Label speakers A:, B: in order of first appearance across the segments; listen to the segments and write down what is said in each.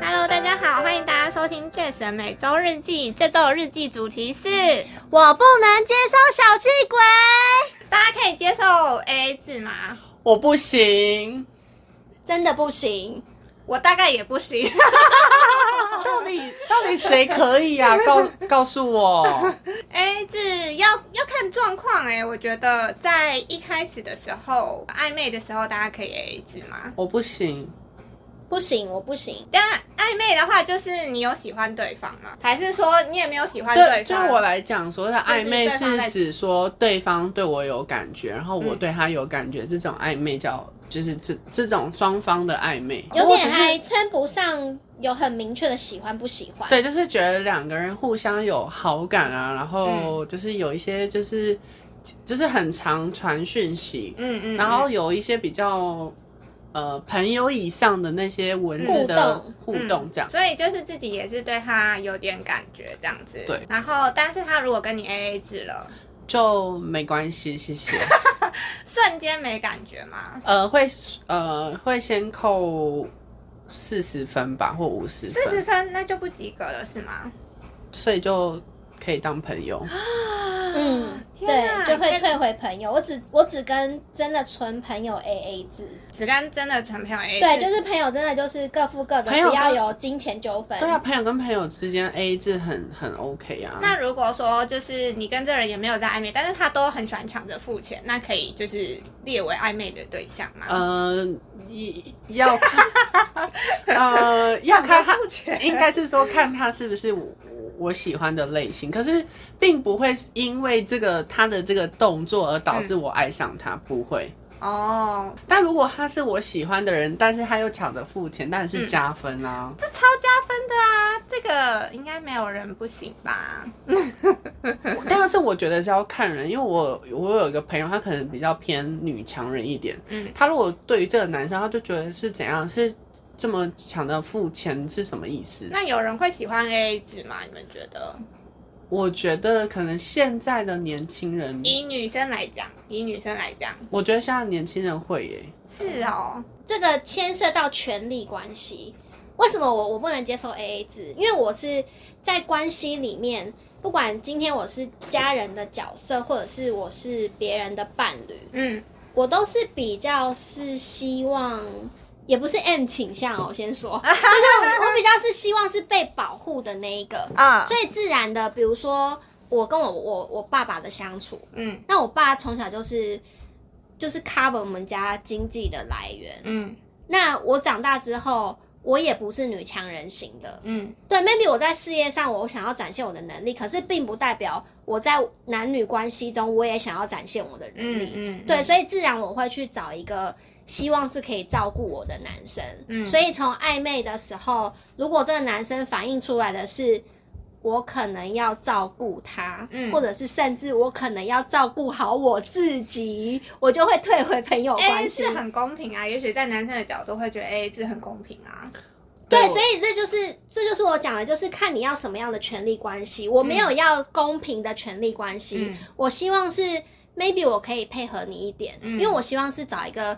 A: Hello，大家好，欢迎大家收听 Jazz 的每周日记。这周的日记主题是，
B: 我不能接受小气鬼，
A: 大家可以接受 A 制吗？
C: 我不行，
B: 真的不行。
A: 我大概也不行，
C: 到底到底谁可以啊？告告诉我，
A: A 制要要看状况哎。我觉得在一开始的时候，暧昧的时候，大家可以 A 制吗？
C: 我不行，
B: 不行，我不行。
A: 但暧昧的话，就是你有喜欢对方吗？还是说你也没有喜欢
C: 对，对
A: 方？
C: 我来讲，所谓的暧昧
A: 就是对方在
C: 是指说对方对我有感觉，然后我对他有感觉，这种暧昧叫就是这这种双方的暧昧，
B: 有
C: 我只
B: 点
C: 是
B: 还称不上有很明确的喜欢不喜欢。
C: 对，就是觉得两个人互相有好感啊，然后就是有一些就是就是很常传讯息，
A: 嗯嗯，
C: 然后有一些比较呃朋友以上的那些文字的互
A: 嗯
C: 动这样。
A: 所以就是自己也是对他有点感觉这样子。
C: 对
A: 然后但是他如果跟你 A A 制了，
C: 就没关系，谢谢。
A: 瞬间没感觉吗？
C: 呃，会呃会先扣四十分吧，或五十
A: 四十
C: 分，
A: 分那就不及格了是吗？
C: 所以就可以当 朋友。
B: 嗯，
A: 天
B: 对
A: 哪，
B: 就会
A: 跟
B: 退回朋友。我只我只跟真的纯朋友 A A 制。
A: 只跟真的纯朋友 A 制。
B: 对，就是朋友真的就是各付各的，
C: 朋友
B: 不要
C: 跟
B: 有金钱纠纷。
C: 对啊，朋友跟朋友之间 A 字很很 OK 啊。
A: 那如果说就是你跟这人也没有在暧昧，但是他都很喜欢抢着付钱，那可以就是列为暧昧的对象吗？
C: 呃，一要看 呃要看他
A: 抢着付，钱
C: 应该是说看他是不是我我喜欢的类型。可是并不会因为这个他的这个动作而导致
A: 嗯
C: 我爱上他，不会。
A: 哦，
C: 但如果他是我喜欢的人，但是他又抢着付钱，当然是加分啊。
B: 嗯
A: 这超加分的啊！这个应该没有人不行吧？
C: 哎但是我觉得是要看人，因为我我有一个朋友，他可能比较偏女强人一点。
A: 嗯
C: 嗯，他如果对于这个男生，他就觉得是怎样是这么抢着付钱是什么意
B: 嗯
C: 思？
A: 那有人会喜欢 A A 制吗？你们觉得？
C: 我觉得可能现在的年轻人，
A: 以女生来讲，以女生来讲
C: 我觉得现在年轻人会耶、
A: 是哦，
B: 这个牵涉到权力关系。为什么我我不能接受 A A 制？因为我是在关系里面，不管今天我是家人的角色，或者是我是别人的伴侣，
A: 嗯，
B: 我都是比较是希望，也不是 M 倾向哦。我先说，就是我我比较是希望是被保护的那一个，
A: 啊
B: 所以自然的，比如说我跟我我我爸爸的相处，
A: 嗯
B: 那我爸从小就是就是 cover 我们家经济的来源，
A: 嗯
B: 那我长大之后，我也不是女强人型的。
A: 嗯，
B: 对，maybe 我在事业上我想要展现我的能力，可是并不代表我在男女关系中我也想要展现我的能力。
A: 嗯
B: 对，，所以自然我会去找一个希望是可以照顾我的男生。
A: 嗯
B: 所以从暧昧的时候，如果这个男生反映出来的是。我可能要照顾他，
A: 嗯
B: 或者是甚至我可能要照顾好我自己，我就会退回朋友
A: A
B: 关系。
A: 制很公平啊，也许在男生的角度会觉得 A 制很公平啊。
B: 对，
C: 我
B: 所以这就是这就是我讲的，就是看你要什么样的权利关系。我没有要公平的权利关系，
A: 嗯
B: 我希望是 maybe 我可以配合你一点，
A: 嗯
B: 因为我希望是找一个，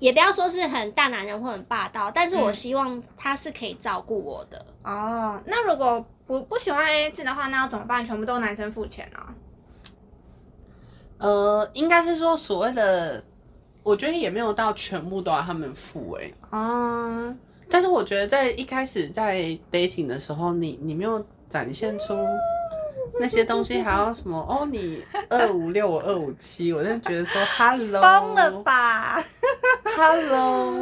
B: 也不要说是很大男人或很霸道，但是我
A: 嗯
B: 希望他是可以照顾我的。
A: 哦，那如果不不喜欢 A 制的话，那要怎么办？全部都男生付钱啊？
C: 呃，应该是说所谓的，我觉得也没有到全部都要他们付哎、
A: 哦，
C: 但是我觉得在一开始在 dating 的时候，你你没有展现出那些东西，还要什么哦，你二五六，我二五七，我真的觉得说 hello，
A: 疯了吧？
C: ，hello。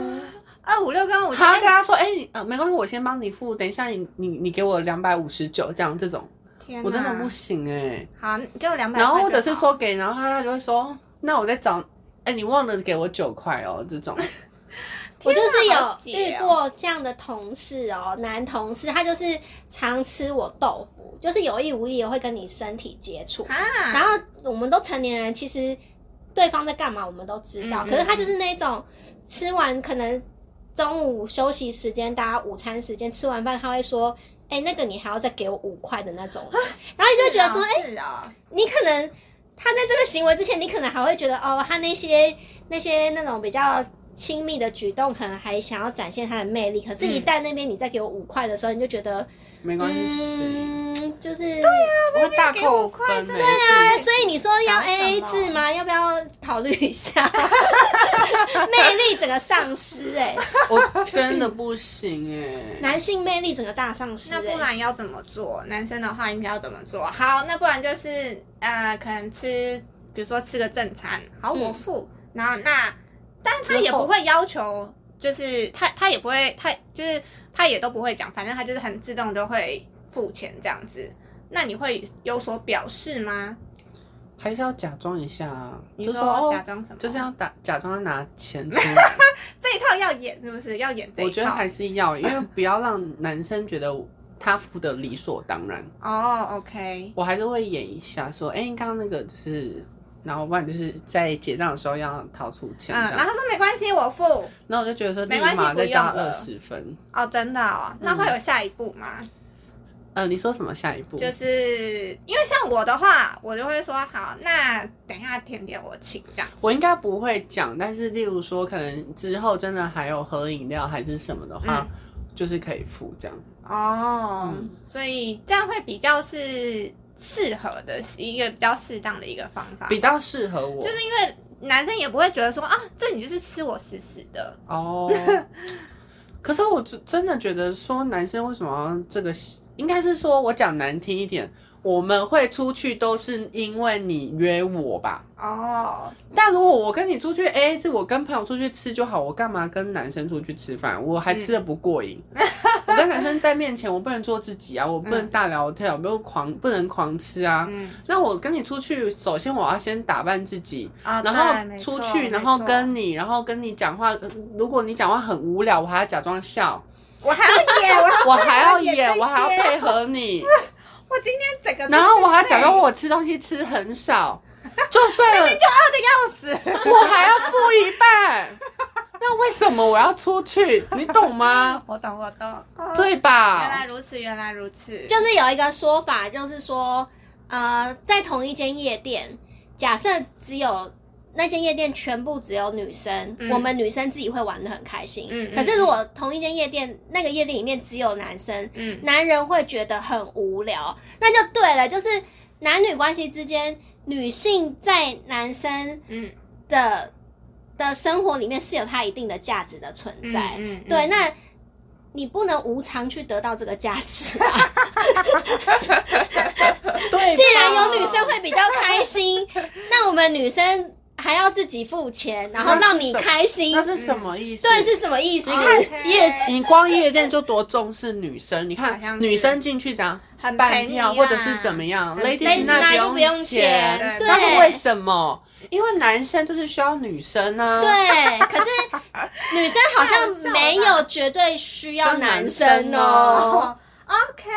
A: 二五六跟五七，
C: 他
A: 哎
C: 跟他说：“哎、你呃，没关系，我先帮你付。等一下你，你你给我两百五十九，这样这种，
A: 天哪
C: 我真的不行哎、
A: 好，给我两百。
C: 然后或者是说给，然后他他就会说，那我再找，哎、你忘了给我九块哦，这种。
B: 我就是
A: 天哪
B: 有
A: 好解
B: 遇
A: 哦
B: 过这样的同事哦，男同事他就是常吃我豆腐，就是有意无意地会跟你身体接触，
A: 啊，
B: 然后我们都成年人，其实对方在干嘛我们都知道，
A: 嗯
B: 可是他就是那种吃完可能中午休息时间，大家午餐时间吃完饭，他会说。哎、那个你还要再给我五块的那种，然后你就觉得说，哎、
A: 哎，是啊
B: 你可能他在这个行为之前，你可能还会觉得，哦，他那些那些那种比较亲密的举动，可能还想要展现他的魅力。可是，一
A: 嗯
B: 旦那边你再给我五块的时候，你就觉得，
C: 没关系，谁
B: 嗯，就是对啊，
C: 我会大
A: 给我
C: 扣
A: 快
C: 分欸
A: 真
C: 没
A: 的
C: 事。
B: 所以你说
A: 想
B: 要
A: 什么
B: A A 制吗？要不要考虑一下？魅力整个丧失哎、
C: 我真的不行
A: 欸
C: 哎、
B: 男性魅力整个大丧失、
A: 那
B: 欸。
A: 不然要怎么做？男生的话应该要怎么做？好，那不然就是呃，可能吃，比如说吃个正餐，好，
B: 嗯
A: 我付。然后那，但他也
C: 之后
A: 不会要求，就是他他也不会，他就是他也都不会讲，反正他就是很自动都会付钱这样子。那你会有所表示吗？
C: 还是要假装一下啊，
A: 你
C: 就
A: 说
C: 说哦
A: 假装什么？
C: 就是要打假装拿钱出 来，
A: 这一套要演是不是？要演这一套？
C: 我觉得还是要，因为不要让男生觉得他付的理所当 然。
A: 哦，OK，
C: 我还是会演一下，说，哎、刚刚那个就是，然后不然就是在结账的时候要掏出
A: 嗯，
C: 钱这
A: 然后
C: 样。
A: 他说没关系，我付。
C: 那、我就觉得说，立
A: 没关系
C: 马再加
A: 不用
C: 二
A: 了
C: 十分。
A: 哦，真的哦，
C: 嗯
A: 那会有下一步吗？
C: 呃，你说什么下一步？
A: 就是因为像我的话，我就会说好，那等一下甜点我请这样。
C: 我应该不会讲，但是例如说，可能之后真的还有喝饮料还是什么的
A: 嗯
C: 话，就是可以付这样。
A: 哦
C: 嗯
A: 所以这样会比较是适合的一个比较适当的一个方法，
C: 比较适合我。
A: 就是因为男生也不会觉得说啊，这你就是吃我死死的。
C: 哦。 可是我真真的觉得说男生为什么要这个习，应该是说我讲难听一点，我们会出去都是因为你约我吧。
A: 哦，
C: 但如果我跟你出去 A A 制，我跟朋友出去吃就好，我干嘛跟男生出去吃饭？我还吃的不过瘾。我跟男生在面前，我不能做自己 啊，我不能大聊天，我不能狂不能狂吃啊。
A: 嗯，
C: 那我跟你出去，首先我要先打扮自己，
A: 哦
C: 然
A: 对
C: 后
A: 没
C: 出
A: 错
C: 去，
A: 没
C: 然后
A: 错
C: 跟你，然后跟你讲话。呃如果你讲话很无聊，我还要假装笑，
A: 我还要 演，我要
C: 我还要
A: 演这
C: 演，
A: 些
C: 我还要配合 你，
A: 我今天整个
C: 然后我还假装
A: 我
C: 我吃东西吃很少，就算了，
A: 要死，
C: 我还要付一半。那为什么我要出去？你 懂吗？
A: 我懂我懂，哦
C: 对
A: 原来
C: 吧？
A: 如此，原来如此，
B: 就是有一个说法，就是说，呃，在同一间夜店，假设只有那间夜店全部只有女生，
A: 嗯
B: 我们女生自己会玩的很开心。
A: 嗯嗯
B: 可是如果同一间夜店，那个夜店里面只有男生，
A: 嗯
B: 男人会觉得很无聊，那就对了，就是男女关系之间，女性在男生
A: 嗯
B: 的的生活里面是有它一定的价值的存在。
A: 嗯嗯
B: 对，那你不能无偿去得到这个价值啊！
C: 对吧。
B: 既然有女生会比较开心，那我们女生还要自己付钱，然后让你开 心
C: 那，是什么意思？
B: 对，是什么意思？
A: 看
C: 夜，你光夜店就多重视女生。你
A: 好像
C: 看
A: 是
C: 女生进去怎样
A: 很
C: 半
A: 便宜
C: 票，
A: 啦
C: 或者是怎么样
A: 很
C: ，ladies
B: Ladies night 就
C: 那
B: 不
C: 用
B: 用
C: 钱
B: 钱，
A: 对
C: 那是为什么？因为男生就是需要女生啊。。
B: 对，可是女生好像没有绝对需要男生哦。
A: 哦，OK，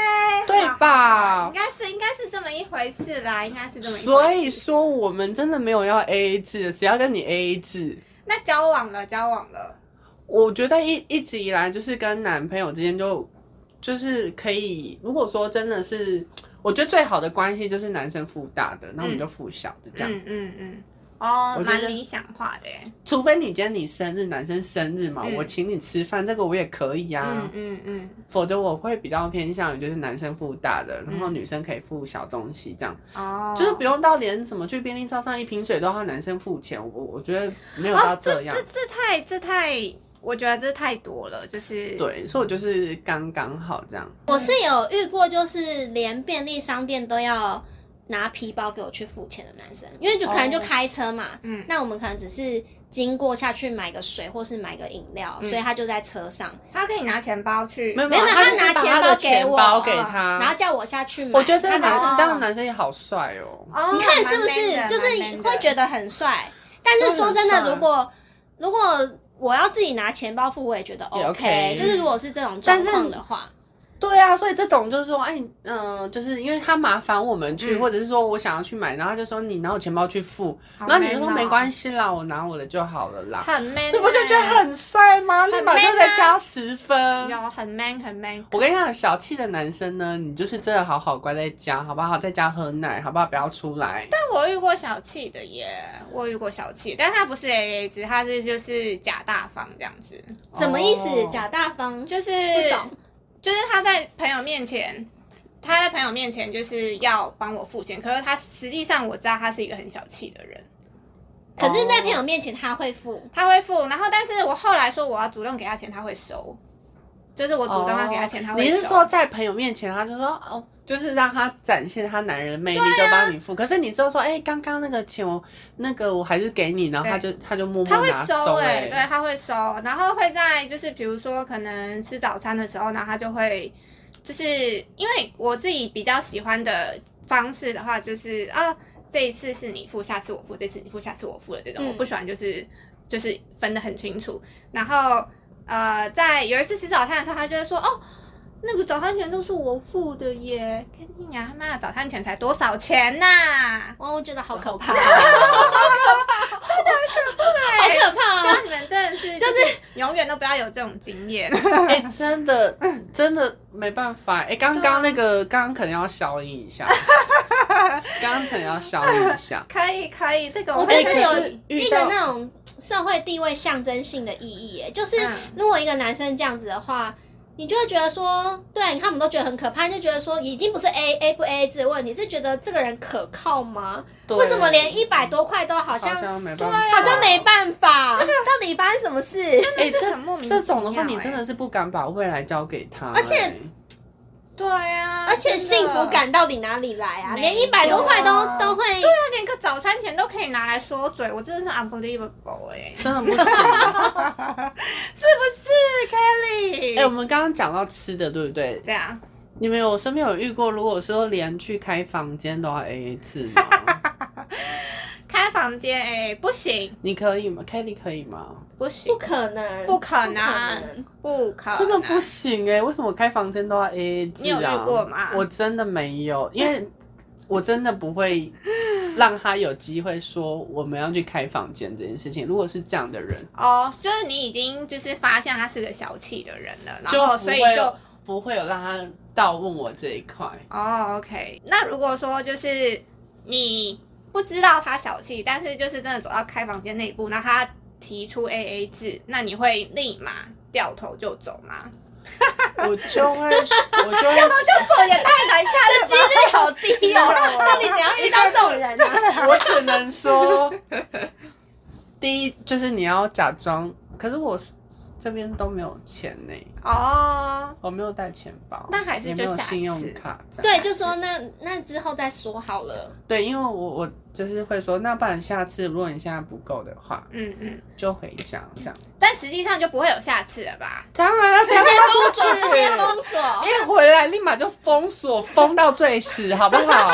C: 对吧
A: 好好好应该是应该是这么一回事啦，应该是这么一回事。
C: 所以说，我们真的没有要 A A 制的，谁要跟你 A A 制？
A: 那交往了，交往了，
C: 我觉得一一直以来就是跟男朋友之间就就是可以，如果说真的是，我觉得最好的关系就是男生付大的，那我们就付小的这样。
A: 嗯嗯嗯，哦，
C: 我觉得
A: 蛮理想化的耶，
C: 除非你今天你生日，男生生日嘛，
A: 嗯
C: 我请你吃饭，这个我也可以啊。
A: 嗯嗯嗯，
C: 否则我会比较偏向于就是男生付大的，然后女生可以付小东西这样，
A: 哦，
C: 就是不用到连什么去便利超商一瓶水都要男生付钱，我我觉得没有到
A: 哦，
C: 这样。
A: 这这太这太，我觉得这太多了，就是，
C: 对，所以我就是刚刚好这样。
B: 我是有遇过，就是连便利商店都要拿皮包给我去付钱的男生，因为就可能就
C: 哦
B: 开车嘛，
A: 嗯
B: 那我们可能只是经过下去买个水或是买个饮料，所以他就在车上，
A: 他可以拿钱包去，
C: 没有
B: 没有没有
C: 哦他
B: 他
C: 就是
B: 拿
C: 把
B: 钱
C: 他的
B: 包
C: 钱
B: 给我，
C: 包给
B: 嗯
C: 他
B: 然后叫我下去买，
C: 我觉得这个
B: 他
C: 男
B: 拿
A: 哦
C: 生这啊样的男生也好帅哦。
A: 哦，
B: 你看是不
A: 蛮 man
B: 是？
A: 的
B: 就是会觉，得很帅。但是说真
C: 真的很
B: 的，
C: 帅
B: 如果如果我要自己拿钱包付，我也觉得
C: 也
B: OK。
C: OK
B: 就是如果是这种
C: 但
B: 状
C: 是
B: 况的话，
C: 对啊，所以这种就是说，哎，嗯、就是因为他麻烦我们去，
A: 嗯
C: 或者是说我想要去买，然后他就说你拿我钱包去付，
A: 好
C: 然后你就说
A: man 哦
C: 没关系啦，我拿我的就好了啦，
A: 很 man，
C: 你不就觉得很帅吗？立马就
A: man 啊
C: 再加十分。
A: 有很 man 很 man？
C: 我跟你讲，小气的男生呢，你就是真的好好乖在家，好不好？在家喝奶，好不好？不要出来。
A: 但我遇过小气的耶，我遇过小气，但他不是 AA 制，他是就是假大方这样子，
B: 什么意思？
C: 哦
B: 假大方？
A: 就是
B: 不懂
A: 就是他在朋友面前，他在朋友面前就是要帮我付钱，可是他实际上我知道他是一个很小气的人，
B: 可是，在朋友面前他会付，
A: 他会付，然后但是我后来说我要主动给他钱，他会收，就是我主动要给他钱，他会
C: 哦你
A: 收。
C: 是说在朋友面前，他就说哦，就是让他展现他男人的魅力，就帮你付。可是你之后说，哎、刚刚那个钱我那个我还是给你，然后他就他就默默
A: 他会
C: 拿
A: 收哎、
C: 哎、
A: 对，他会收，然后会在就是比如说可能吃早餐的时候，然后他就会就是因为我自己比较喜欢的方式的话，就是啊这一次是你付，下次我付，这次你付，下次我付的这种，
B: 嗯
A: 我不喜欢就是就是分得很清楚。然后呃，在有一次吃早餐的时候，他就会说哦。那个早餐钱都是我付的耶！看你娘他妈的早餐钱才多少钱呐、
B: 哇，哦我觉得好可怕，
C: 哦好
B: 好
A: 希
B: 可怕
C: 啊
B: 哦！
A: 望你们真的是就是永远都不要有这种经验。
C: 哎、真的真的没办法。哎、刚刚那个刚刚可能要消音 一下，刚刚可能要消音一下。
A: 可以哦哎可以，这个
B: 我
A: 会
B: 觉
C: 可
B: 得
A: 再
C: 是
B: 有
C: 遇
B: 一
C: 到
B: 个那种社会地位象征性的意义耶，就是
A: 嗯
B: 如果一个男生这样子的话，你就会觉得说，对啊，你看我们都觉得很可怕，就觉得说已经不是 A A 不 A A 制的问题，是觉得这个人可靠吗？
C: 对
B: 为什么连一百多块都好像
C: 好像没办法？
B: 好像没办法？到底发生什么事？
C: 哎、
A: 这很莫名其
C: 这
A: 妙
C: 这种的话，你
A: 哎
C: 真的是不敢把未来交给他、
B: 而且
C: 哎
A: 对啊，
B: 而且
A: 真的
B: 幸福感到底哪里来啊？
A: 没
B: 连一百多块
A: 有
B: 都
A: 啊
B: 都会
A: 他连个早餐钱都可以拿来说嘴，我真的是 unbelievable 哎、
C: 真的 不行。
A: 是 Kelly，
C: 哎、我们刚刚讲到吃的，对不对？
A: 对啊，
C: 你们有身边有遇过，如果说连去开房间都要 A A 制吗？
A: 开房间哎、不行
C: 你可以吗？Kelly 可以吗？
A: 不行
B: 不，可能，
A: 不可能
B: 不
A: 不
B: 可能
A: 可能
C: 真的不行哎、为什么开房间都要 A A 制啊？
A: 你有遇过吗
C: 我真的没有，因为我真的不会让他有机会说我们要去开房间这件事情。如果是这样的人，
A: 哦就是你已经就是发现他是个小气的人了，然
C: 就
A: 后
C: 不
A: 所以
C: 会
A: 就
C: 不会有让他到问我这一 块。
A: 哦，OK。那如果说就是你不知道他小气，但是就是真的走到开房间那一步，那他提出 AA 制，那你会立马掉头就走吗？
C: 我就会，我就会，
A: 这也太难看了吧！
B: 几率好低哦。到底怎样遇到这种人呢、啊？
C: 我只能说，第一就是你要假装，可是我是这边都没有钱呢、
A: 哦，
C: 我没有带钱包，
A: 那还是
C: 也没有
A: 就下
C: 信
A: 次
C: 用卡这样。
B: 对，就说那那之后再说好了。
C: 对，因为我我就是会说，那不然下次如果你现在不够的话，
A: 嗯嗯，
C: 就回家这样。
A: 但实际上就不会有下次了吧？
C: 当然了，
B: 直
C: 直
B: 接封锁，直接封锁。
C: 一回来立马就封锁，封到最死，好不好？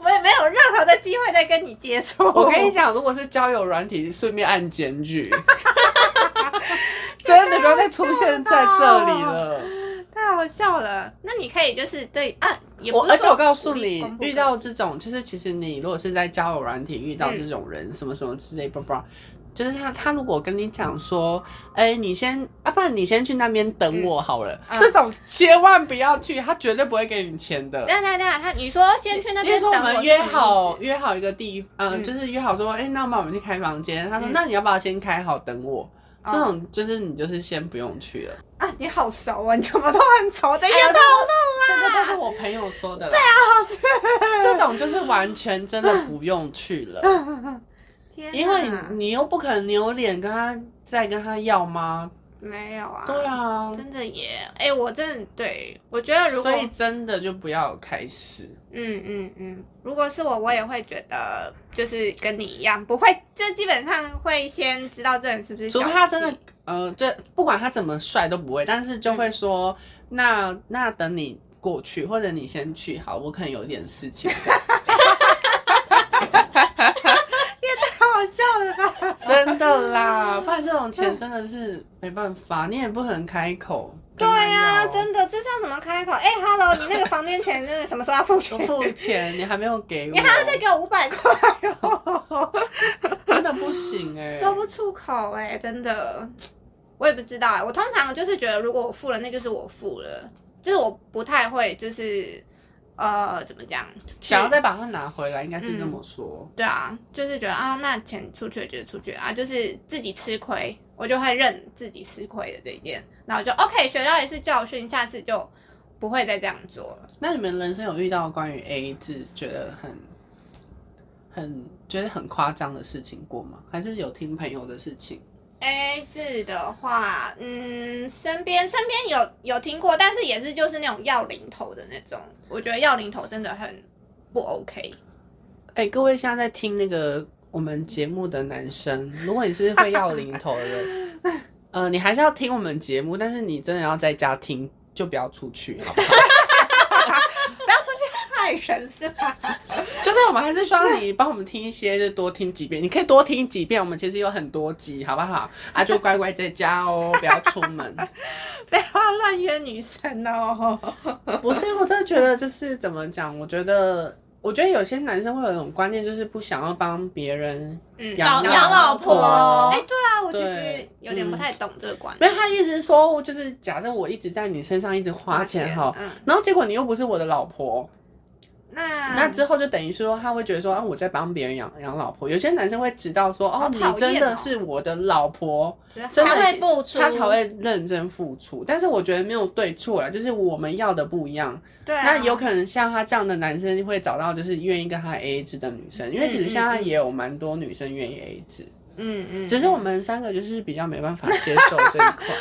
A: 我也没有任何的机会再跟你接触。
C: 我跟你讲，如果是交友软体，顺便按 检举， 真的不要再出现在这里了。
A: 太好笑了。那你可以就是对啊，也不
C: 我
A: 是
C: 而且我
A: 说
C: 告诉
A: 鼓励
C: 你
A: 公，布
C: 遇到这种就是其实你如果是在交友软体遇
A: 嗯
C: 到这种人，什么什么之类，叭叭，就是他他如果跟你讲说，哎、你先啊，不然你先去那边等我好了，
A: 嗯
C: 这种千万不要去，他绝对不会给你钱的
A: 等。一下等一下等一下，他你说先去那
C: 因为
A: 边
C: 说
A: 等
C: 我们约
A: 什么意
C: 好
A: 思
C: 约好一个地，嗯、
A: 嗯
C: 就是约好说，哎、那我们我们去开房间。他说，
A: 嗯
C: 那你要不要先开好等我？
A: 哦
C: 这种就是你就是先不用去了。
A: 啊，你好熟啊，你怎么都很熟？等一下都
C: 这个都是我朋友说的啦。 这种就是完全真的不用去了，
A: 天
C: 因为
A: 哪
C: 你你又不可能你有脸跟他再跟他要吗？
A: 没有啊，
C: 对，啊，
A: 真的耶，哎、我真的对我觉得如果
C: 所以真的就不要开始。
A: 嗯嗯嗯，如果是我，我也会觉得就是跟你一样，不会就基本上会先知道这人是不是小
C: 除
A: 气，
C: 非他真的，呃，就不管他怎么帅都不会，但是
A: 嗯
C: 就会说，那那等你过去，或者你先去，好，我可能有点事情这样，
A: 太好笑了 吧？
C: 真的啦，不然这种钱真的是没办法，你也不可能开口。
A: 对呀、
C: 呀、
A: 真的，这叫怎么开口？哎、哈 h e l l o 你那个房间钱那个什么时候要付
C: 都
A: 钱？
C: 付钱，你还没有给我，
A: 你还要再给我五百块哦，
C: 真的不行哎、
A: 说不出口哎、真的，我也不知道哎、我通常就是觉得，如果我付了，那就是我付了，就是我不太会，就是呃，怎么讲？
C: 想要再把它拿回来，应该是这么说。
A: 对啊，就是觉得啊，那钱出去了就是出去啊，就是自己吃亏，我就会认自己吃亏的这一件，然后就 OK，学到一次教训，下次就不会再这样做了。
C: 那你们人生有遇到关于 A A 制觉得很很觉得很夸张的事情过吗？还是有听朋友的事情？
A: A 字的话，嗯，身边身边有有听过，但是也是就是那种要零头的那种，我觉得要零头真的很不 OK。
C: 哎、各位现在在听那个我们节目的男生，如果你是会要零头的人，呃，你还是要听我们节目，但是你真的要在家听，就不要出去，好不好？
A: 不要出去害人是吧？
C: 就是我们还是希望你帮我们听一些，就多听几遍，你可以多听几遍，我们其实有很多集，好不好？啊，就乖乖在家哦，不要出门。
A: 不要乱约女生哦。
C: 不是，我真的觉得就是怎么讲，我觉得。我觉得有些男生会有一种观念，就是不想要帮别人
A: 嗯，
C: 养
B: 老养老婆
A: 哎、
C: 哎
A: 对啊，我其实
C: 对嗯
A: 有点不太懂这个观
C: 没有，他一直说，就是假设我一直在你身上一直花钱哈，
A: 嗯，
C: 然后结果你又不是我的老婆，
A: 那
C: 那之后就等于说他会觉得说啊，我在帮别人养养老婆。有些男生会知道说
A: 好
C: 哦，你
A: 讨厌
C: 真
A: 哦
C: 的是我的老婆，真
B: 他
C: 的
B: 会付出，
C: 他才会认真付出。但是我觉得没有对错啦，就是我们要的不一样。
A: 对啊，
C: 那有可能像他这样的男生会找到就是愿意跟他 AA 制的女生，因为其实现在也有蛮多女生愿意 AA 制，
A: 嗯嗯，
C: 只是我们三个就是比较没办法接受这一块。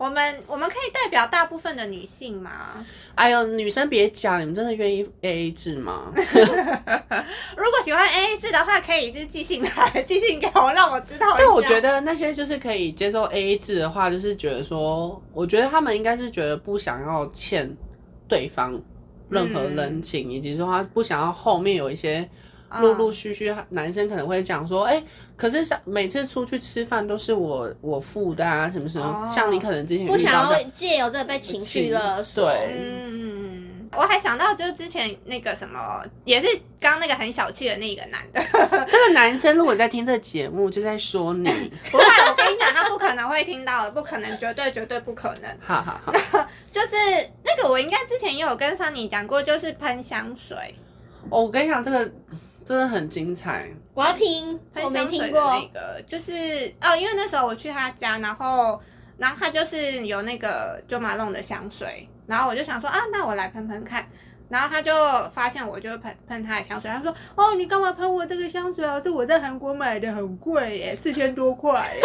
A: 我们我们可以代表大部分的女性嘛？
C: 哎呦，女生别讲，你们真的愿意 AA 制吗？
A: 如果喜欢 A A 制的话，可以就是寄信来，寄信给我，让我知道一下。
C: 但我觉得那些就是可以接受 AA 制的话，就是觉得说，我觉得他们应该是觉得不想要欠对方任何人情，以及说他不想要后面有一些
B: 嗯
C: 陆陆续续，男生可能会讲说，哎、可是像每次出去吃饭都是我我付的啊，什么什么，
A: 哦
C: 像你可能之前遇
B: 不想
C: 到
B: 要
C: 的，
B: 借由这个被情绪勒索。
C: 对
A: 嗯，我还想到就是之前那个什么，也是刚刚那个很小气的那个男 的，
C: 这个男生如果在听这节目，就在 说你，
A: 不会，我跟你讲，他不可能会听到的，不可能，绝对绝对不可能。
C: 哈哈哈。
A: 就是那个我应该之前也有跟桑尼讲过，就是喷香水，
C: 哦，我跟你讲，这个真的很精彩。
B: 我要听，
A: 喷
B: 我没
A: 香水的
B: 听
A: 那
B: 过。
A: 个，就是哦，因为那时候我去他家，然后然后他就是有那个九马弄的香水，然后我就想说啊，那我来喷喷看。然后他就发现我就喷喷他的香水，他说：“哦，你干嘛喷我这个香水啊？这我在韩国买的，很贵耶，四千多块耶，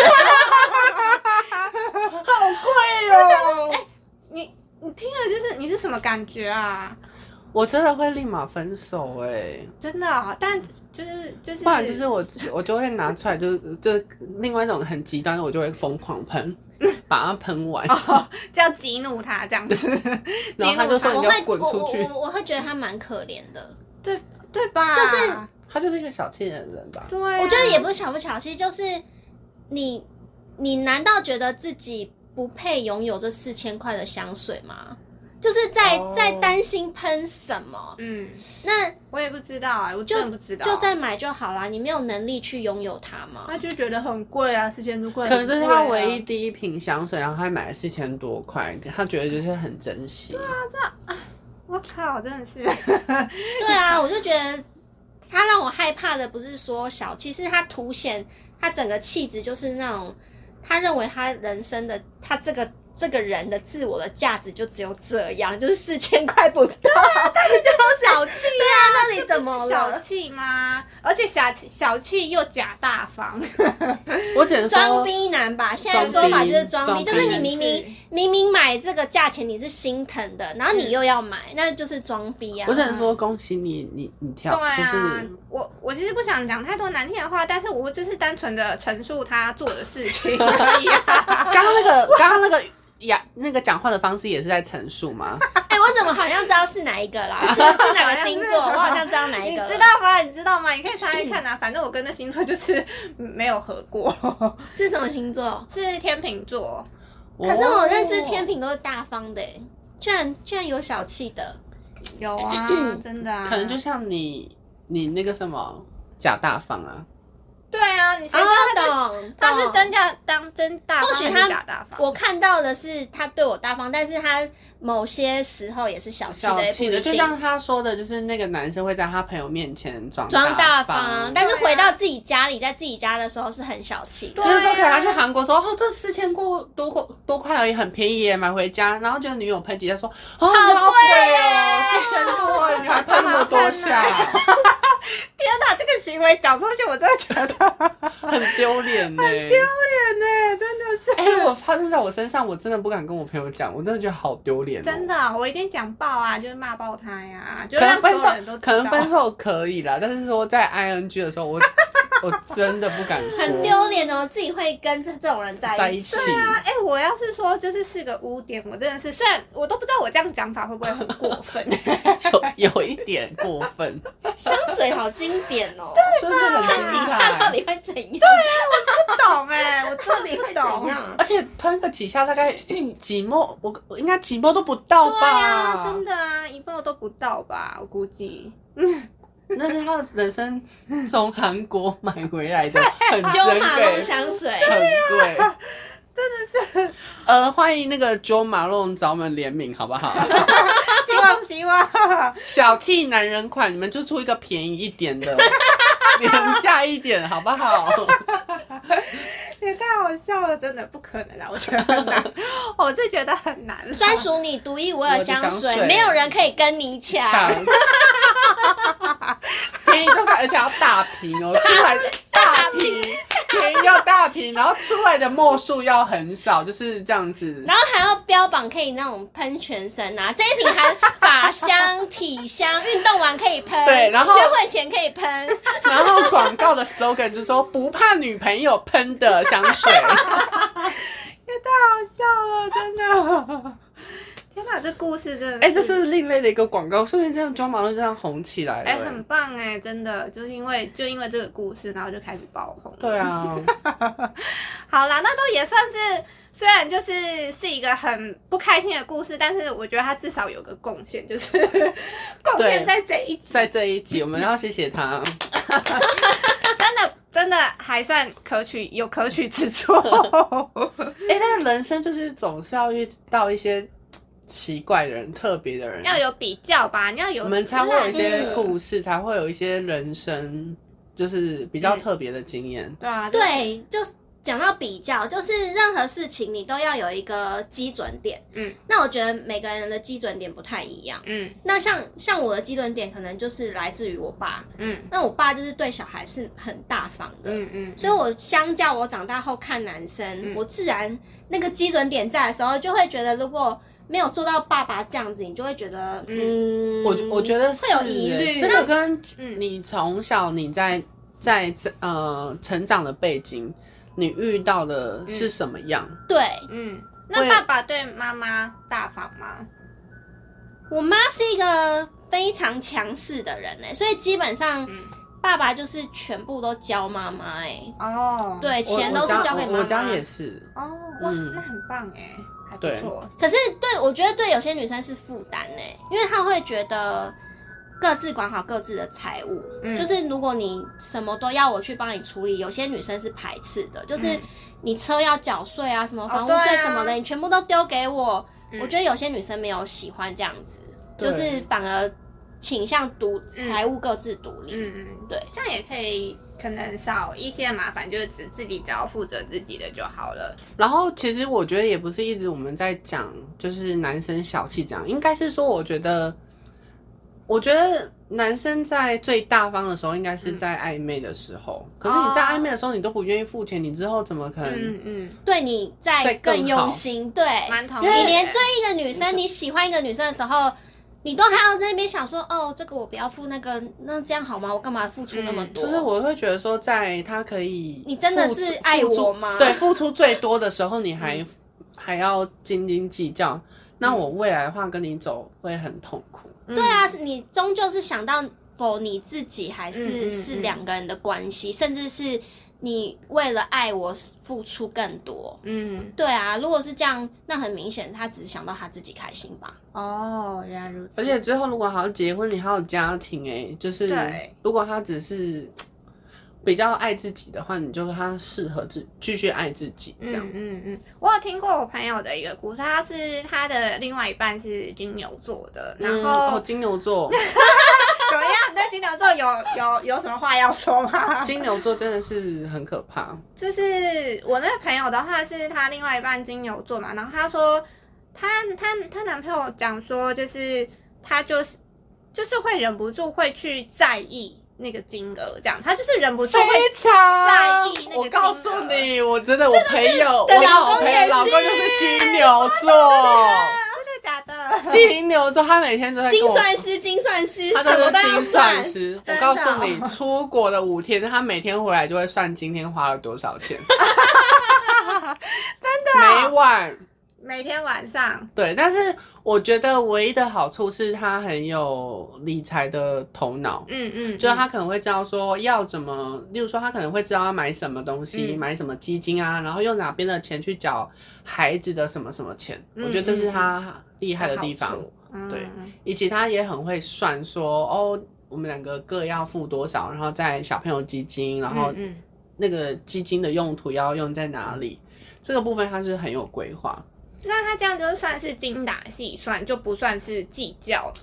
A: 好贵哦！”哎、你你听了就是你是什么感觉啊？
C: 我真的会立马分手哎、
A: 真的、哦，但就是就是，
C: 不然就是我我就会拿出来就，就另外一种很极端的，我就会疯狂喷，把它喷完，
A: 就要激怒他这样子，
C: 然后他就说
B: 哦我
C: 你
B: 会
C: 要，
B: 我
C: 滚出
B: 我
C: 去，
B: 我我会觉得他蛮可怜的。
A: 对吧？
B: 就是
C: 他就是一个小气人的人吧。
A: 对啊、
B: 我觉得也不是巧不巧，其实就是你，你难道觉得自己不配拥有这四千块的香水吗？就是在、
C: 哦
B: 在担心喷什么，
A: 嗯，
B: 那
A: 我也不知道哎、我真的不知道，
B: 就再买就好啦。你没有能力去拥有它吗？
A: 他就觉得很贵啊，四千多块，
C: 可能这是
B: 啊
C: 他唯一
A: 一。
C: 第一瓶香水，然后他还买了四千多块，他觉得就是很珍惜。
B: 啊
A: 我靠，真的是，
B: 对啊，我就觉得他让我害怕的不是说小气，是他凸显他整个气质就是那种他认为他人生的他这个这个人的自我的价值就只有这样，就是四千块不到，但是就是小气啊，那你怎么
A: 小
B: 了？
A: 气吗？而且小气小气又假大方，
C: 我只能
B: 装
C: 说，
B: 逼啊男吧，现在的说法就是装逼，
C: 装逼
B: 就是你
A: 真
B: 明
A: 的
B: 明明明买这个价钱你是心疼的，然后你又要买，那就是装逼啊
C: 我。只能说恭喜你，你你
A: 对
C: 跳，就
A: 啊
C: 是，
A: 我我其实不想讲太多难听的话，但是我就是单纯的陈述他做的事情而已、啊。
C: 刚刚那个刚刚那个呀，那个讲话的方式也是在陈述嘛。
B: 哎、我怎么好像知道是哪一个啦？是是哪个星座？我好像知道哪一
A: 你
B: 个了。
A: 知道吗？你知道吗？你可以查一看啊，反正我跟那 星座就是没有合过，
B: 是什么星座？
A: 是天秤座。
B: 可是我认
C: 哦
B: 识天平都是大方的、欸，居然居然有小气的，
A: 有啊，真的啊，
C: 可能就像你你那个什么假大方啊，
A: 对啊，你谁知
B: 然
A: 道
B: 后
A: 他是、
B: 懂，
A: 他是
B: 懂
A: 真假当真大方
B: 或许
A: 还
B: 他
A: 是假大方？
B: 我看到的是他对我大方，但是他某些时候也是小气
C: 小
B: 的，也不
C: 气的，
B: 一
C: 就
B: 定
C: 像他说的，就是那个男生会在他朋友面前装
B: 装大
C: 大方
B: 方，，但是
A: 对啊
B: 回到自己家里，在自己家的时候是很小气
A: 对
B: 的。
C: 那时候可能他去
A: 啊
C: 韩国说，哦，这四千过多块多块而已，很便宜耶，买回家。然后就女友喷几下说，哦，好贵哦，四千多，你还喷那么多下，
A: 天哪，这个行为讲出去，我真的觉 得
C: 很丢脸呢。
A: 呢，真的是。
C: 哎、我发生在我身上，我真的不敢跟我朋友讲，我真的觉得好丢脸、哦。
A: 真的，我一定讲爆啊，就是骂爆他呀，就
C: 可
A: 让所
C: 能分
A: 有人
C: 手
A: 都，
C: 可能分
A: 手。
C: 手可以啦，但是说在 ing 的时候，我我真的不敢说，
B: 很丢脸哦，自己会跟这这种人
C: 在
B: 在
C: 一
B: 一起
C: 起。。
A: 啊，哎、我要是说就是是个污点，我真的是，虽然我都不知道我这样讲法会不会很过 分，
C: 有有一点过分，
B: 香水好经典哦，
C: 是不是很
B: 看
C: 精
B: 几下到
C: 彩？
B: 底会怎样？对，
A: 不懂哎、我真的不
B: 会怎
A: 懂。
B: 样？
C: 而且喷个几下，大概几墨，我我应该几墨都不到
A: 对
C: 吧？
A: 啊，真的啊，一半都不到吧，我估计。
C: 那是他的人生从韩国买回来的，很珍
B: 九马
C: 贵
B: 龙，香水，
C: 很贵，真的是。呃，欢迎那个 Jo Malone 找我们联名，好不好？
A: 希 望希望，
C: 小气男人款，你们就出一个便宜一点的，廉价一点，好不好？
A: 也太好笑了，真的不可能啦，我觉得很 难，我是觉得很难啦。
B: 专属你独一无二
C: 我的香
B: 香
C: 水
B: 水，没有人可以跟你抢。
C: 抢， 便宜就是，而且要 大瓶哦，出来大瓶，便宜要大瓶，然后出来的墨数要很少，就是这样子。
B: 然后还要标榜可以那种喷全身啊，这 一瓶含法香、体香，运动完可以喷，
C: 对然后
B: 约会前可以 喷，
C: 然后广告的 slogan 就说不怕女朋友喷的香 水，
A: 好笑了，真的。天哪，这故事真的，
C: 哎、这是另类的一个广告，说明这样装马路就这样红起来了、
A: 哎、很棒哎、真的，就是因为就因为这个故事，然后就开始爆红。
C: 对 啊，
A: 好啦，那都也算是，虽然就是是一个很不开心的故事，但是我觉得他至少有个贡献，就是 贡献在这一集，
C: 在这一集我们要谢谢他，
A: 真的真的还算可取，有可取之处。
C: 哎、但人生就是总是要遇到一些奇怪的人、特别的人，
A: 要有比较吧，你要有，
C: 我们才会有一些
B: 嗯
C: 故事，才会有一些人生，就是比
B: 嗯
C: 较特别的经验。
A: 对啊，就是，
B: 对，就是讲到比较，就是任何事情你都要有一个基准点。
A: 嗯，
B: 那我觉得每个人的基准点不太一样。
A: 嗯
B: 那像像我的基准点可能就是来自于我爸，
A: 嗯
B: 那我爸就是对小孩是很大方的，
A: 嗯嗯，
B: 所以我相较我长大后看男生，
C: 嗯
B: 我自然那个基准点在的时候，就会觉得如果没有做到爸爸这样子，你就会觉得嗯，
C: 我我觉得是
B: 会有疑虑
C: 欸这个跟
A: 嗯
C: 你从小你在在呃成长的背景，你遇到的是什么样？
B: 对
A: 嗯，那
C: 会
A: 爸爸对妈妈大方吗？
B: 我妈是一个非常强势的人呢、所以基本上
A: 嗯
B: 爸爸就是全部都教妈妈哎，
A: 哦，，
B: 对，
C: 我
B: 钱都
C: 我
B: 是
C: 家
B: 交给
C: 我
B: 妈
C: 我家也
B: 妈。
C: 是，
A: 哦，哇，
C: 嗯
A: 那很棒哎，还不
C: 对
A: 错，
B: 可是对我觉得对有些女生是负担呢，因为她会觉得各自管好各自的财务，
A: 嗯
B: 就是如果你什么都要我去帮你处理，有些女生是排斥的，就是
A: 嗯
B: 你车要缴税啊，什么房屋
A: 对啊
B: 税什么的，你全部都丢给我。
A: 嗯
B: 我觉得有些女生没有喜欢这样子，
C: 对
B: 就是反而倾向独
A: 嗯
B: 财务各自独立。
A: 嗯，嗯
B: 对，
A: 这样也可以，可能少一些麻烦，就是只自己只要负责自己的就好了。
C: 然后其实我觉得也不是一直我们在讲，就是男生小气这样，应该是说我觉得，我觉得男生在最大方的时候，应该是
B: 嗯
C: 在暧昧的时候。可是
B: 哦
C: 你在暧昧的时候，你都不愿意付钱，你之后怎么可能？
A: 嗯嗯，
B: 对你
C: 再
B: 再
C: 更
B: 更
C: 好
B: 用心，对，
A: 蛮同意
B: 你
A: 的。
B: 连追一个女生，你喜欢一个女生的时候，你都还要在那边想说，哦，这个我不要付那个，那这样好吗？我干嘛付出那么
A: 嗯
B: 多？
C: 就是我会觉得说，在他可以
B: 你真的
C: 付出
B: 是爱
C: 付出
B: 我吗嗯
C: 对，付出最多的时候，你还、还要斤斤计较。那我未来的话跟你走会很痛苦，
A: 嗯
B: 对啊，是你终究是想到否你自己，还
A: 嗯嗯
B: 是
A: 嗯
B: 是两个人的关系，甚至是你为了爱我付出更多。
A: 嗯，
B: 对啊，如果是这样，那很明显他只想到他自己开心吧。
A: 哦，原来如此。
C: 而且最后如果还要结婚，你还有家庭哎、就是
A: 对
C: 如果他只是比较爱自己的话，你就他适合自继续爱自己这样
A: 嗯。嗯嗯，我有听过我朋友的一个故事，他是他的另外一半是金牛座的，然
C: 嗯
A: 后、
C: 哦，金牛座，
A: 怎么样？你对金牛座有有有什么话要说吗？
C: 金牛座真的是很可怕。
A: 就是我那个朋友的话，是她另外一半金牛座嘛，然后她说，她她她男朋友讲说，就是她就是就是会忍不住会去在意那个金额，这样，她就是忍不住会
C: 常
A: 在意那个
C: 我告诉你，我真的，我朋友，我
B: 对
C: 老朋友
B: 老
C: 老
B: 公
C: 公
B: 也是
C: 就是金牛座，
A: 真的假的？
C: 金牛座，他每天都在跟
B: 精
C: 我
B: 算师，精算师，
C: 他
B: 什么都
C: 真的是
B: 要
C: 精
B: 算
C: 算。
A: 真
C: 师，我
A: 的哦
C: 告诉你，出国的五天，他每天回来就会算今天花了多少 钱， 真的每晚
A: 每天晚上，
C: 对。但是我觉得唯一的好处是他很有理财的头脑，
A: 嗯嗯，
C: 就是
A: 嗯
C: 他可能会知道说要怎么，例如说他可能会知道要买什么东西，
A: 嗯
C: 买什么基金啊，然后用哪边的钱去缴孩子的什么什么钱，
A: 嗯
C: 我觉得这
A: 嗯
C: 是
A: 嗯
C: 他厉害的地方。，对
A: 嗯，嗯
C: 以及他也很会算说哦，我们两个各要付多少，然后在小朋友基金，然后
A: 嗯
C: 那个基金的用途要用在哪里，这个部分他是很有规划。
A: 那他这样就算是精打细算，就不算是计较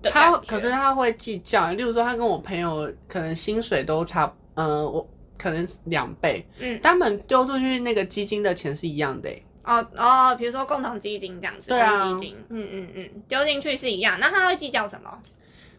A: 的感
C: 他
A: 觉。
C: 可是他会计较，例如说他跟我朋友可能薪水都差，嗯，我可能两倍，
A: 嗯
C: 他们丢出去那个基金的钱是一样的、欸，
A: 哦哦，比如说共同基金这样子，
C: 对啊
A: 公积金，嗯嗯嗯，丢进去是一样。那他会计较什么？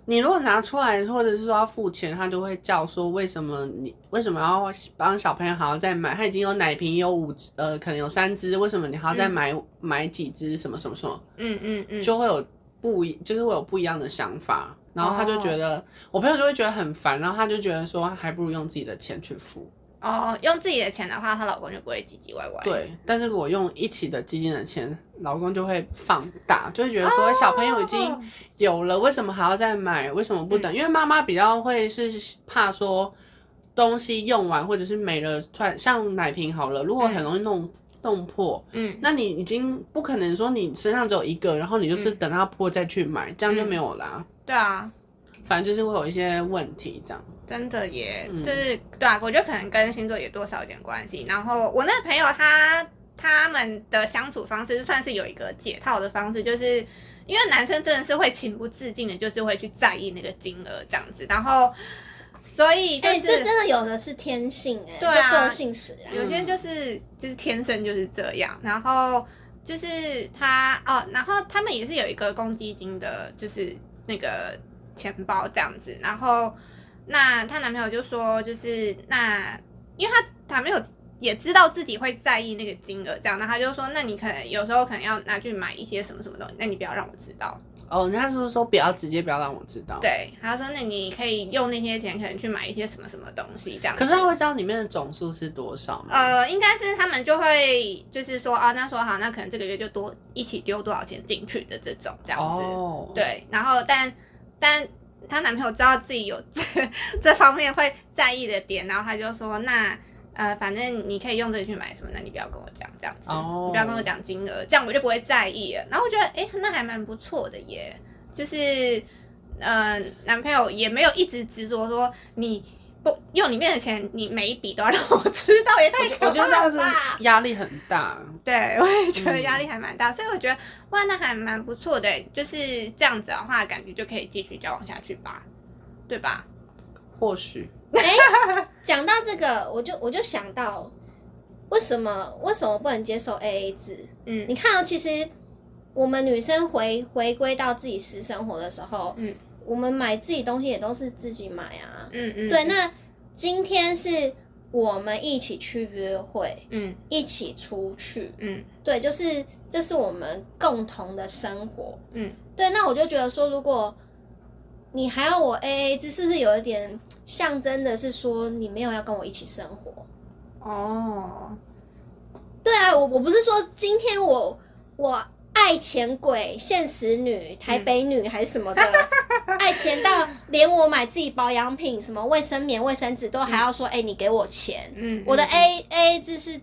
C: 你如果拿出来，或者是说要付钱，他就会叫说为什么你为什么要帮小朋友还要再买？他已经有奶瓶有五只呃，可能有三只，为什么你还要再买、买几只什么什么什么？
A: 嗯嗯嗯，
C: 就会有不一，就是会有不一样的想法。然后他就觉得、我朋友就会觉得很烦，然后他就觉得说还不如用自己的钱去付。
A: 哦，用自己的钱的话，她老公就不会唧唧歪歪。，
C: 对，但是我用一起的基金的钱，老公就会放大，就会觉得说小朋友已经
A: 哦嗯
C: 有了，为什么还要再买？为什么不等？因为妈妈比较会是怕说东西用完或者是没了，突然像奶瓶好了，如果很容易弄、弄破，
A: 嗯，
C: 那你已经不可能说你身上只有一个，然后你就是
A: 嗯
C: 等它破再去买，这样就没有啦。
A: 对啊，
C: 反正就是会有一些问题这样。
A: 真的耶，
C: 嗯
A: 就是对啊，我觉得可能跟星座也多少有点关系。然后我那个朋友他他们的相处方式算是有一个解套的方式，就是因为男生真的是会情不自禁的，就是会去在意那个金额这样子，然后所以就
B: 哎、
A: 是、
B: 这真的有的是天性哎、
A: 对啊
B: 就个性使然。
A: 有些人就是就是天生就是这样，然后就是他哦，然后他们也是有一个公积金的，就是那个钱包这样子，然后那她男朋友就说，就是那因为她男朋友也知道自己会在意那个金额这样，那他就说，那你可能有时候可能要拿去买一些什么什么东西，那你不要让我知道。
C: 哦，那是不是说不要直接不要让我知道？。
A: 对，他说那你可以用那些钱可能去买一些什么什么东西这样子。
C: 可是他会知道里面的总数是多少吗？
A: 呃，应该是他们就会就是说啊，那说好，那可能这个月就多一起丢多少钱进去的这种这样子。
C: 哦，，
A: 对，然后但但她男朋友知道自己有 这这方面会在意的点，然后他就说那。呃，反正你可以用这个去买什么，那你不要跟我讲这样子
C: 哦
A: 你不要跟我讲金额，这样我就不会在意了。然后我觉得，哎、那还蛮不错的耶，就是呃，男朋友也没有一直执着说你不用里面的钱，你每一笔都要让我知道，也太可
C: 我觉
A: 怕
C: 得这样
A: 了
C: 子
A: 吧？
C: 压力很大。
A: 对， 我也觉得
C: 嗯
A: 压力还蛮大，所以我觉得哇，那还蛮不错的，欸就是这样子的话，感觉就可以继续交往下去吧，对吧？
C: 或许
B: 哎、讲到这个，我就我就想到，为什么为什么不能接受 AA 制？
A: 嗯
B: 你看、哦，其实我们女生回回归到自己私生活的时候，
A: 嗯，
B: 我们买自己东西也都是自己买啊。
A: 嗯嗯，
B: 对，那今天是我们一起去约会，
A: 嗯
B: 一起出去，
A: 嗯
B: 对，就是这是我们共同的生活。
A: 嗯，
B: 对，那我就觉得说，如果你还要我 A A 制，是不是有一点象征的是说你没有要跟我一起生活？
A: 哦，
B: 对啊，我我不是说今天我我爱钱鬼、现实女、台北女还是什么的，爱钱到连我买自己保养品、什么卫生棉、卫生纸都还要说，哎、你给我钱。
A: 嗯，
B: 我的
A: 嗯
B: A A 制是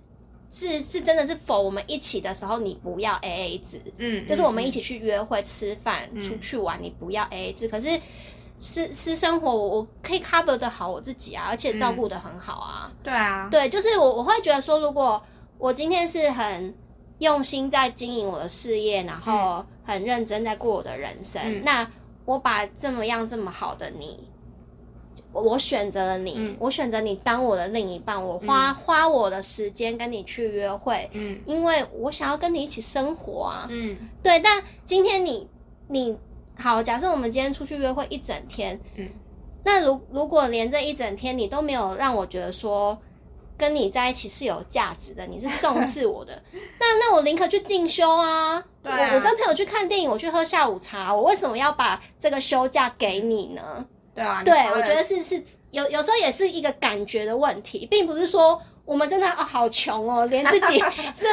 B: 是是真的是否我们一起的时候，你不要 A A 制，
A: 嗯，
B: 就是我
A: 嗯
B: 们一起去约会、吃饭、
A: 嗯
B: 出去玩，你不要 A A 制。可是私私生活我我可以 cover 的好我自己啊，而且照顾的很好啊。
A: 对啊，
B: 对，就是我我会觉得说，如果我今天是很用心在经营我的事业，然后很认真在过我的人生，
A: 嗯
B: 那我把这么样这么好的你，我我选择了你，
A: 嗯
B: 我选择你当我的另一半，我花、花我的时间跟你去约会，
A: 嗯
B: 因为我想要跟你一起生活啊。
A: 嗯
B: 对，但今天你你好，假设我们今天出去约会一整天，
A: 嗯，
B: 那如如果连这一整天你都没有让我觉得说跟你在一起是有价值的，你是 重视我的，那那我宁可去进修啊。
A: 对啊
B: 我我跟朋友去看电影，我去喝下午茶，我为什么要把这个休假给你呢？
A: 对啊，
B: 对
A: 你花，了
B: 我觉得是是有有时候也是一个感觉的问题，并不是说我们真的、哦、好穷哦，连自 己身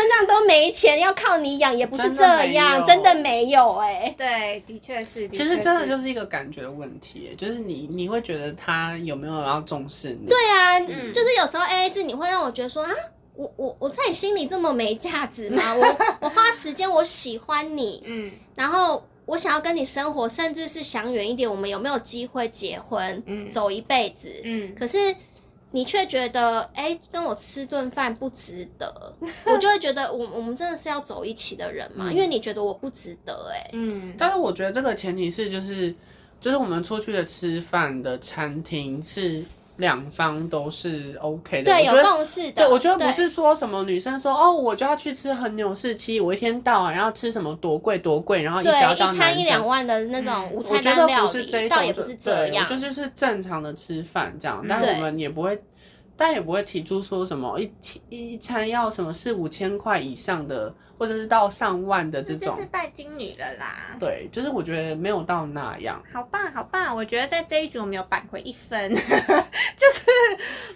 B: 上都没钱，要靠你养，也不是
C: 真的
B: 这
C: 没
B: 样，
C: 有
B: 真的没有哎、
A: 对，的确是，
C: 其实真的就是是一个感觉的问题，就是你你会觉得他有没有要重视你？
B: 对啊，
A: 嗯
B: 就是有时候 AA 制你会让我觉得说啊，我我我在你心里这么没价值吗？ 我我花时间，我喜欢你，
A: 嗯
B: 然后我想要跟你生活，甚至是想远一点，我们有没有机会结婚，
A: 嗯
B: 走一辈子？
A: 嗯，
B: 可是你却觉得，哎、跟我吃顿饭不值得， 我就会觉得我，我们真的是要走一起的人嘛？
C: 嗯
B: 因为你觉得我不值得、哎，
A: 嗯
C: 但是我觉得这个前提是，就是就是我们出去的吃饭的餐厅是两方都是 OK 的。
B: 对，
C: 我觉
B: 有
C: 得
B: 共识的。
C: 对，我觉得
B: 对
C: 不是说什么女生说哦，我就要去吃和牛士鸡，我一天到晚要吃什么多贵多贵，然后一直要
B: 对
C: 叫
B: 一餐
C: 男
B: 一
C: 生
B: 两。万的那种
A: 嗯
B: 午
C: 我
B: 餐
C: 觉
B: 当
C: 得
B: 料
C: 不是这
B: 理，
C: 一
B: 倒
C: 种，
B: 也不
C: 就是
B: 这样
C: 对。我就就是正常的吃饭这样
A: 嗯，
C: 但
B: 对
C: 我们也不会，但也不会提出说什么一天一餐要什么四五千块以上的，或者是到上万的这
A: 这就
C: 种
A: 是。拜金女了啦。
C: 对，就是我觉得没有到那样。
A: 好棒，好棒！我觉得在这一局我们有扳回一分， 就是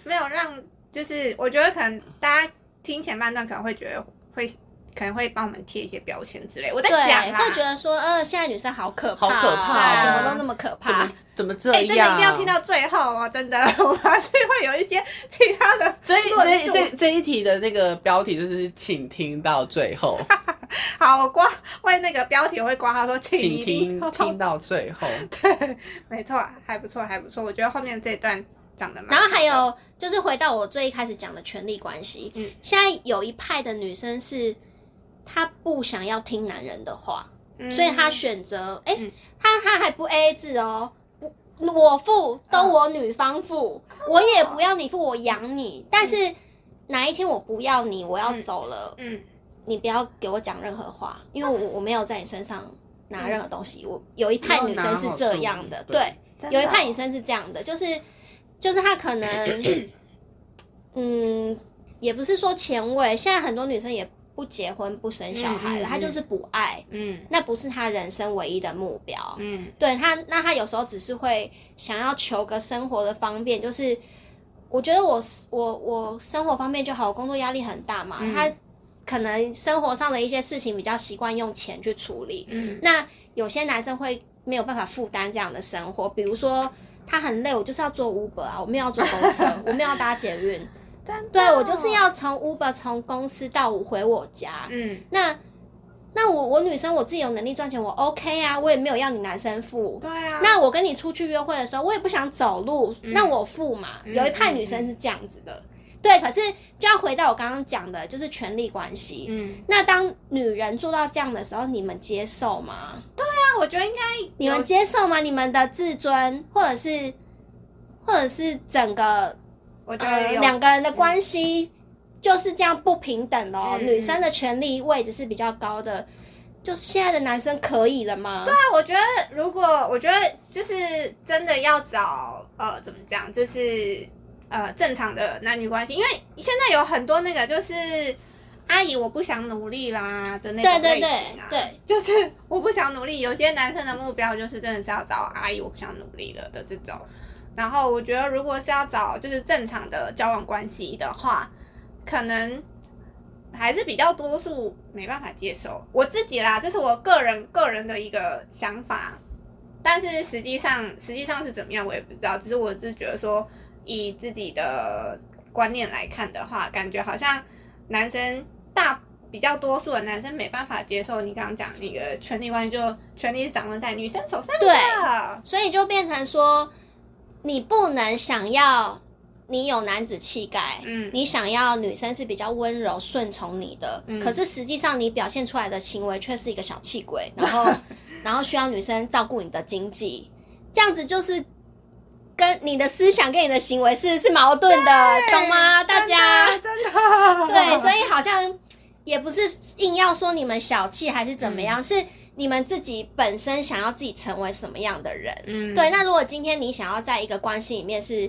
A: 没有让，就是我觉得可能大家听前半段可能会觉得会，可能会帮我们贴一些标签之类。我在想
B: 对，
A: 啦，
B: 会觉得说，呃，现在女生好可怕哦，
C: 啊好可怕啊
A: 哦
B: 怎么都那么可
C: 怎
B: 怕
C: 么？怎么这
A: 哎、真的
C: 样？
A: 一定要听到最后哦，真的， 我还是会有一些其他的。
C: 这
A: 论
C: 这
A: 述
C: 这这一题的那个标题就是请听到最 后，
B: 哎
A: 好，我挂为那个标题我会挂号说，请
C: 请
A: 你
C: 听
A: 偷偷
C: 听到最 后。
A: 对，没错，还不错，还不错。我觉得后面这一段讲的蛮
B: 然
A: 好
B: 后
A: 的。
B: 还有就是回到我最一开始讲的权力关系，
A: 嗯
B: 现在有一派的女生是她不想要听男人的话，
A: 嗯，
B: 所以她选择，哎、
A: 嗯
B: 她她还不 A A 制哦，不我付都我女方付，
A: 哦
B: 我也不要你付，我养你，但是哪一天我不要你，我要
A: 嗯
B: 走了，
A: 嗯
B: 你不要给我讲任何话，因为我我没有在你身上拿任何东西，
A: 哦
B: 我有一派女生是这样的，
C: 没有拿好
B: 对。
C: 处
A: 真的
B: 有一
A: 哦
B: 派女生是这样的，就是就是她 可能，嗯，也不是说前卫，现在很多女生也不结婚不生小孩
A: 嗯
B: 了，
A: 嗯嗯
B: 她就是不爱，
A: 嗯
B: 那不是她人生唯一的目标。
A: 嗯
B: 对她，那她有时候只是会想要求个生活的方便，就是我觉得我我我生活方面就好，我工作压力很大嘛，
A: 嗯
B: 她可能生活上的一些事情比较习惯用钱去处理，
A: 嗯
B: 那有些男生会没有办法负担这样的生活，比如说他很累，我就是要坐 Uber 啊，我没有要坐公 车，我没有要搭捷运，
A: 真的
B: 对
A: 哦
B: 我就是要从 Uber 从公司到我回我家。
A: 嗯，
B: 那那我我女生我自己有能力赚钱，我 OK 啊，我也没有要你男生付。
A: 对啊，
B: 那我跟你出去约会的时候，我也不想走路，
A: 嗯
B: 那我付嘛。
A: 嗯
B: 有一派女生是这样子的，对。可是就要回到我刚刚讲的，就是权力关系。
A: 嗯，
B: 那当女人做到这样的时候，你们接受吗？
A: 那我觉得应该
B: 你们接受吗？你们的自尊，或者是，或者是整个
A: 我觉
B: 呃
A: 得有
B: 两个人的关系就是这样不平等的哦。
A: 嗯
B: 女生的权利位置是比较高的，就是现在的男生可以了吗？对，
A: 那我觉得，如果我觉得就是真的要找呃，怎么讲，就是呃正常的男女关系，因为现在有很多那个就是阿姨我不想努力啦的那
B: 对
A: 种
B: 对
A: 类
B: 对
A: 型啊，
B: 对
A: 就是我不想努力。有些男生的目标就是真的是要找阿姨我不想努力了的这种。然后我觉得，如果是要找就是正常的交往关系的话，可能还是比较多数没办法接受我自己啦，这是我个人个人的一个想法。但是实际上实际上是怎么样我也不知道，只是我是觉得说，以自己的观念来看的话，感觉好像男生大比较多数的男生没办法接受你刚刚讲那个权力关系，就权力是掌握在女生手上啊的。对，
B: 所以就变成说，你不能想要你有男子气概，
A: 嗯
B: 你想要女生是比较温柔顺从你的，
A: 嗯
B: 可是实际上你表现出来的行为却是一个小气 鬼，然后然后需要女生照顾你的经济，这样子就是。跟你的思想跟你的行为是是矛盾的，懂吗？大家
A: 真的
B: 对，所以好像也不是硬要说你们小气还是怎么
A: 嗯
B: 样，是你们自己本身想要自己成为什么样的人。
A: 嗯
B: 对，那如果今天你想要在一个关系里面是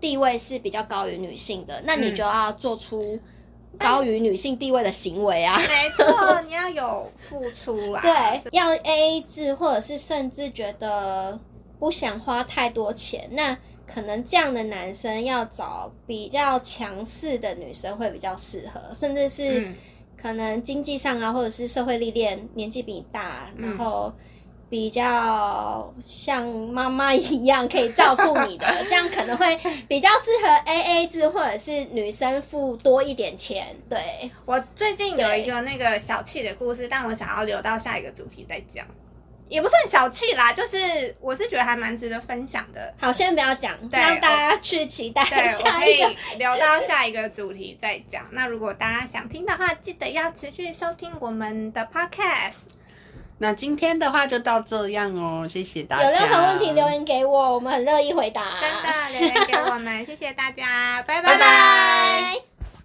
B: 地位是比较高于女性的，那你
A: 嗯
B: 就要做出高于女性地位的行为啊。
A: 没错，你要有付出啊。
B: 对，要 A A 制，或者是甚至觉得不想花太多钱，那可能这样的男生要找比较强势的女生会比较适合，甚至是、
A: 嗯，
B: 可能经济上啊，或者是社会历练，年纪比你大，
A: 嗯
B: 然后比较像妈妈一样可以照顾你的，这样可能会比较适合 A A 制，或者是女生付多一点钱。对，
A: 我最近有
B: 对
A: 一个那个小气的故事，但我想要留到下一个主题再讲，也不算小气啦，就是我是觉得还蛮值得分享的。
B: 好，先不要讲，
A: 对
B: 让大家去期待
A: 对，我
B: 下
A: 可
B: 一个。
A: 以留到下一个主题再讲。那如果大家想听的话，记得要持续收听我们的 podcast。
C: 那今天的话就到这样哦，谢谢大家。
B: 有任何问题留言给我，我们很乐意回答。
A: 真的留言给我们，谢谢大家，拜
B: 拜拜。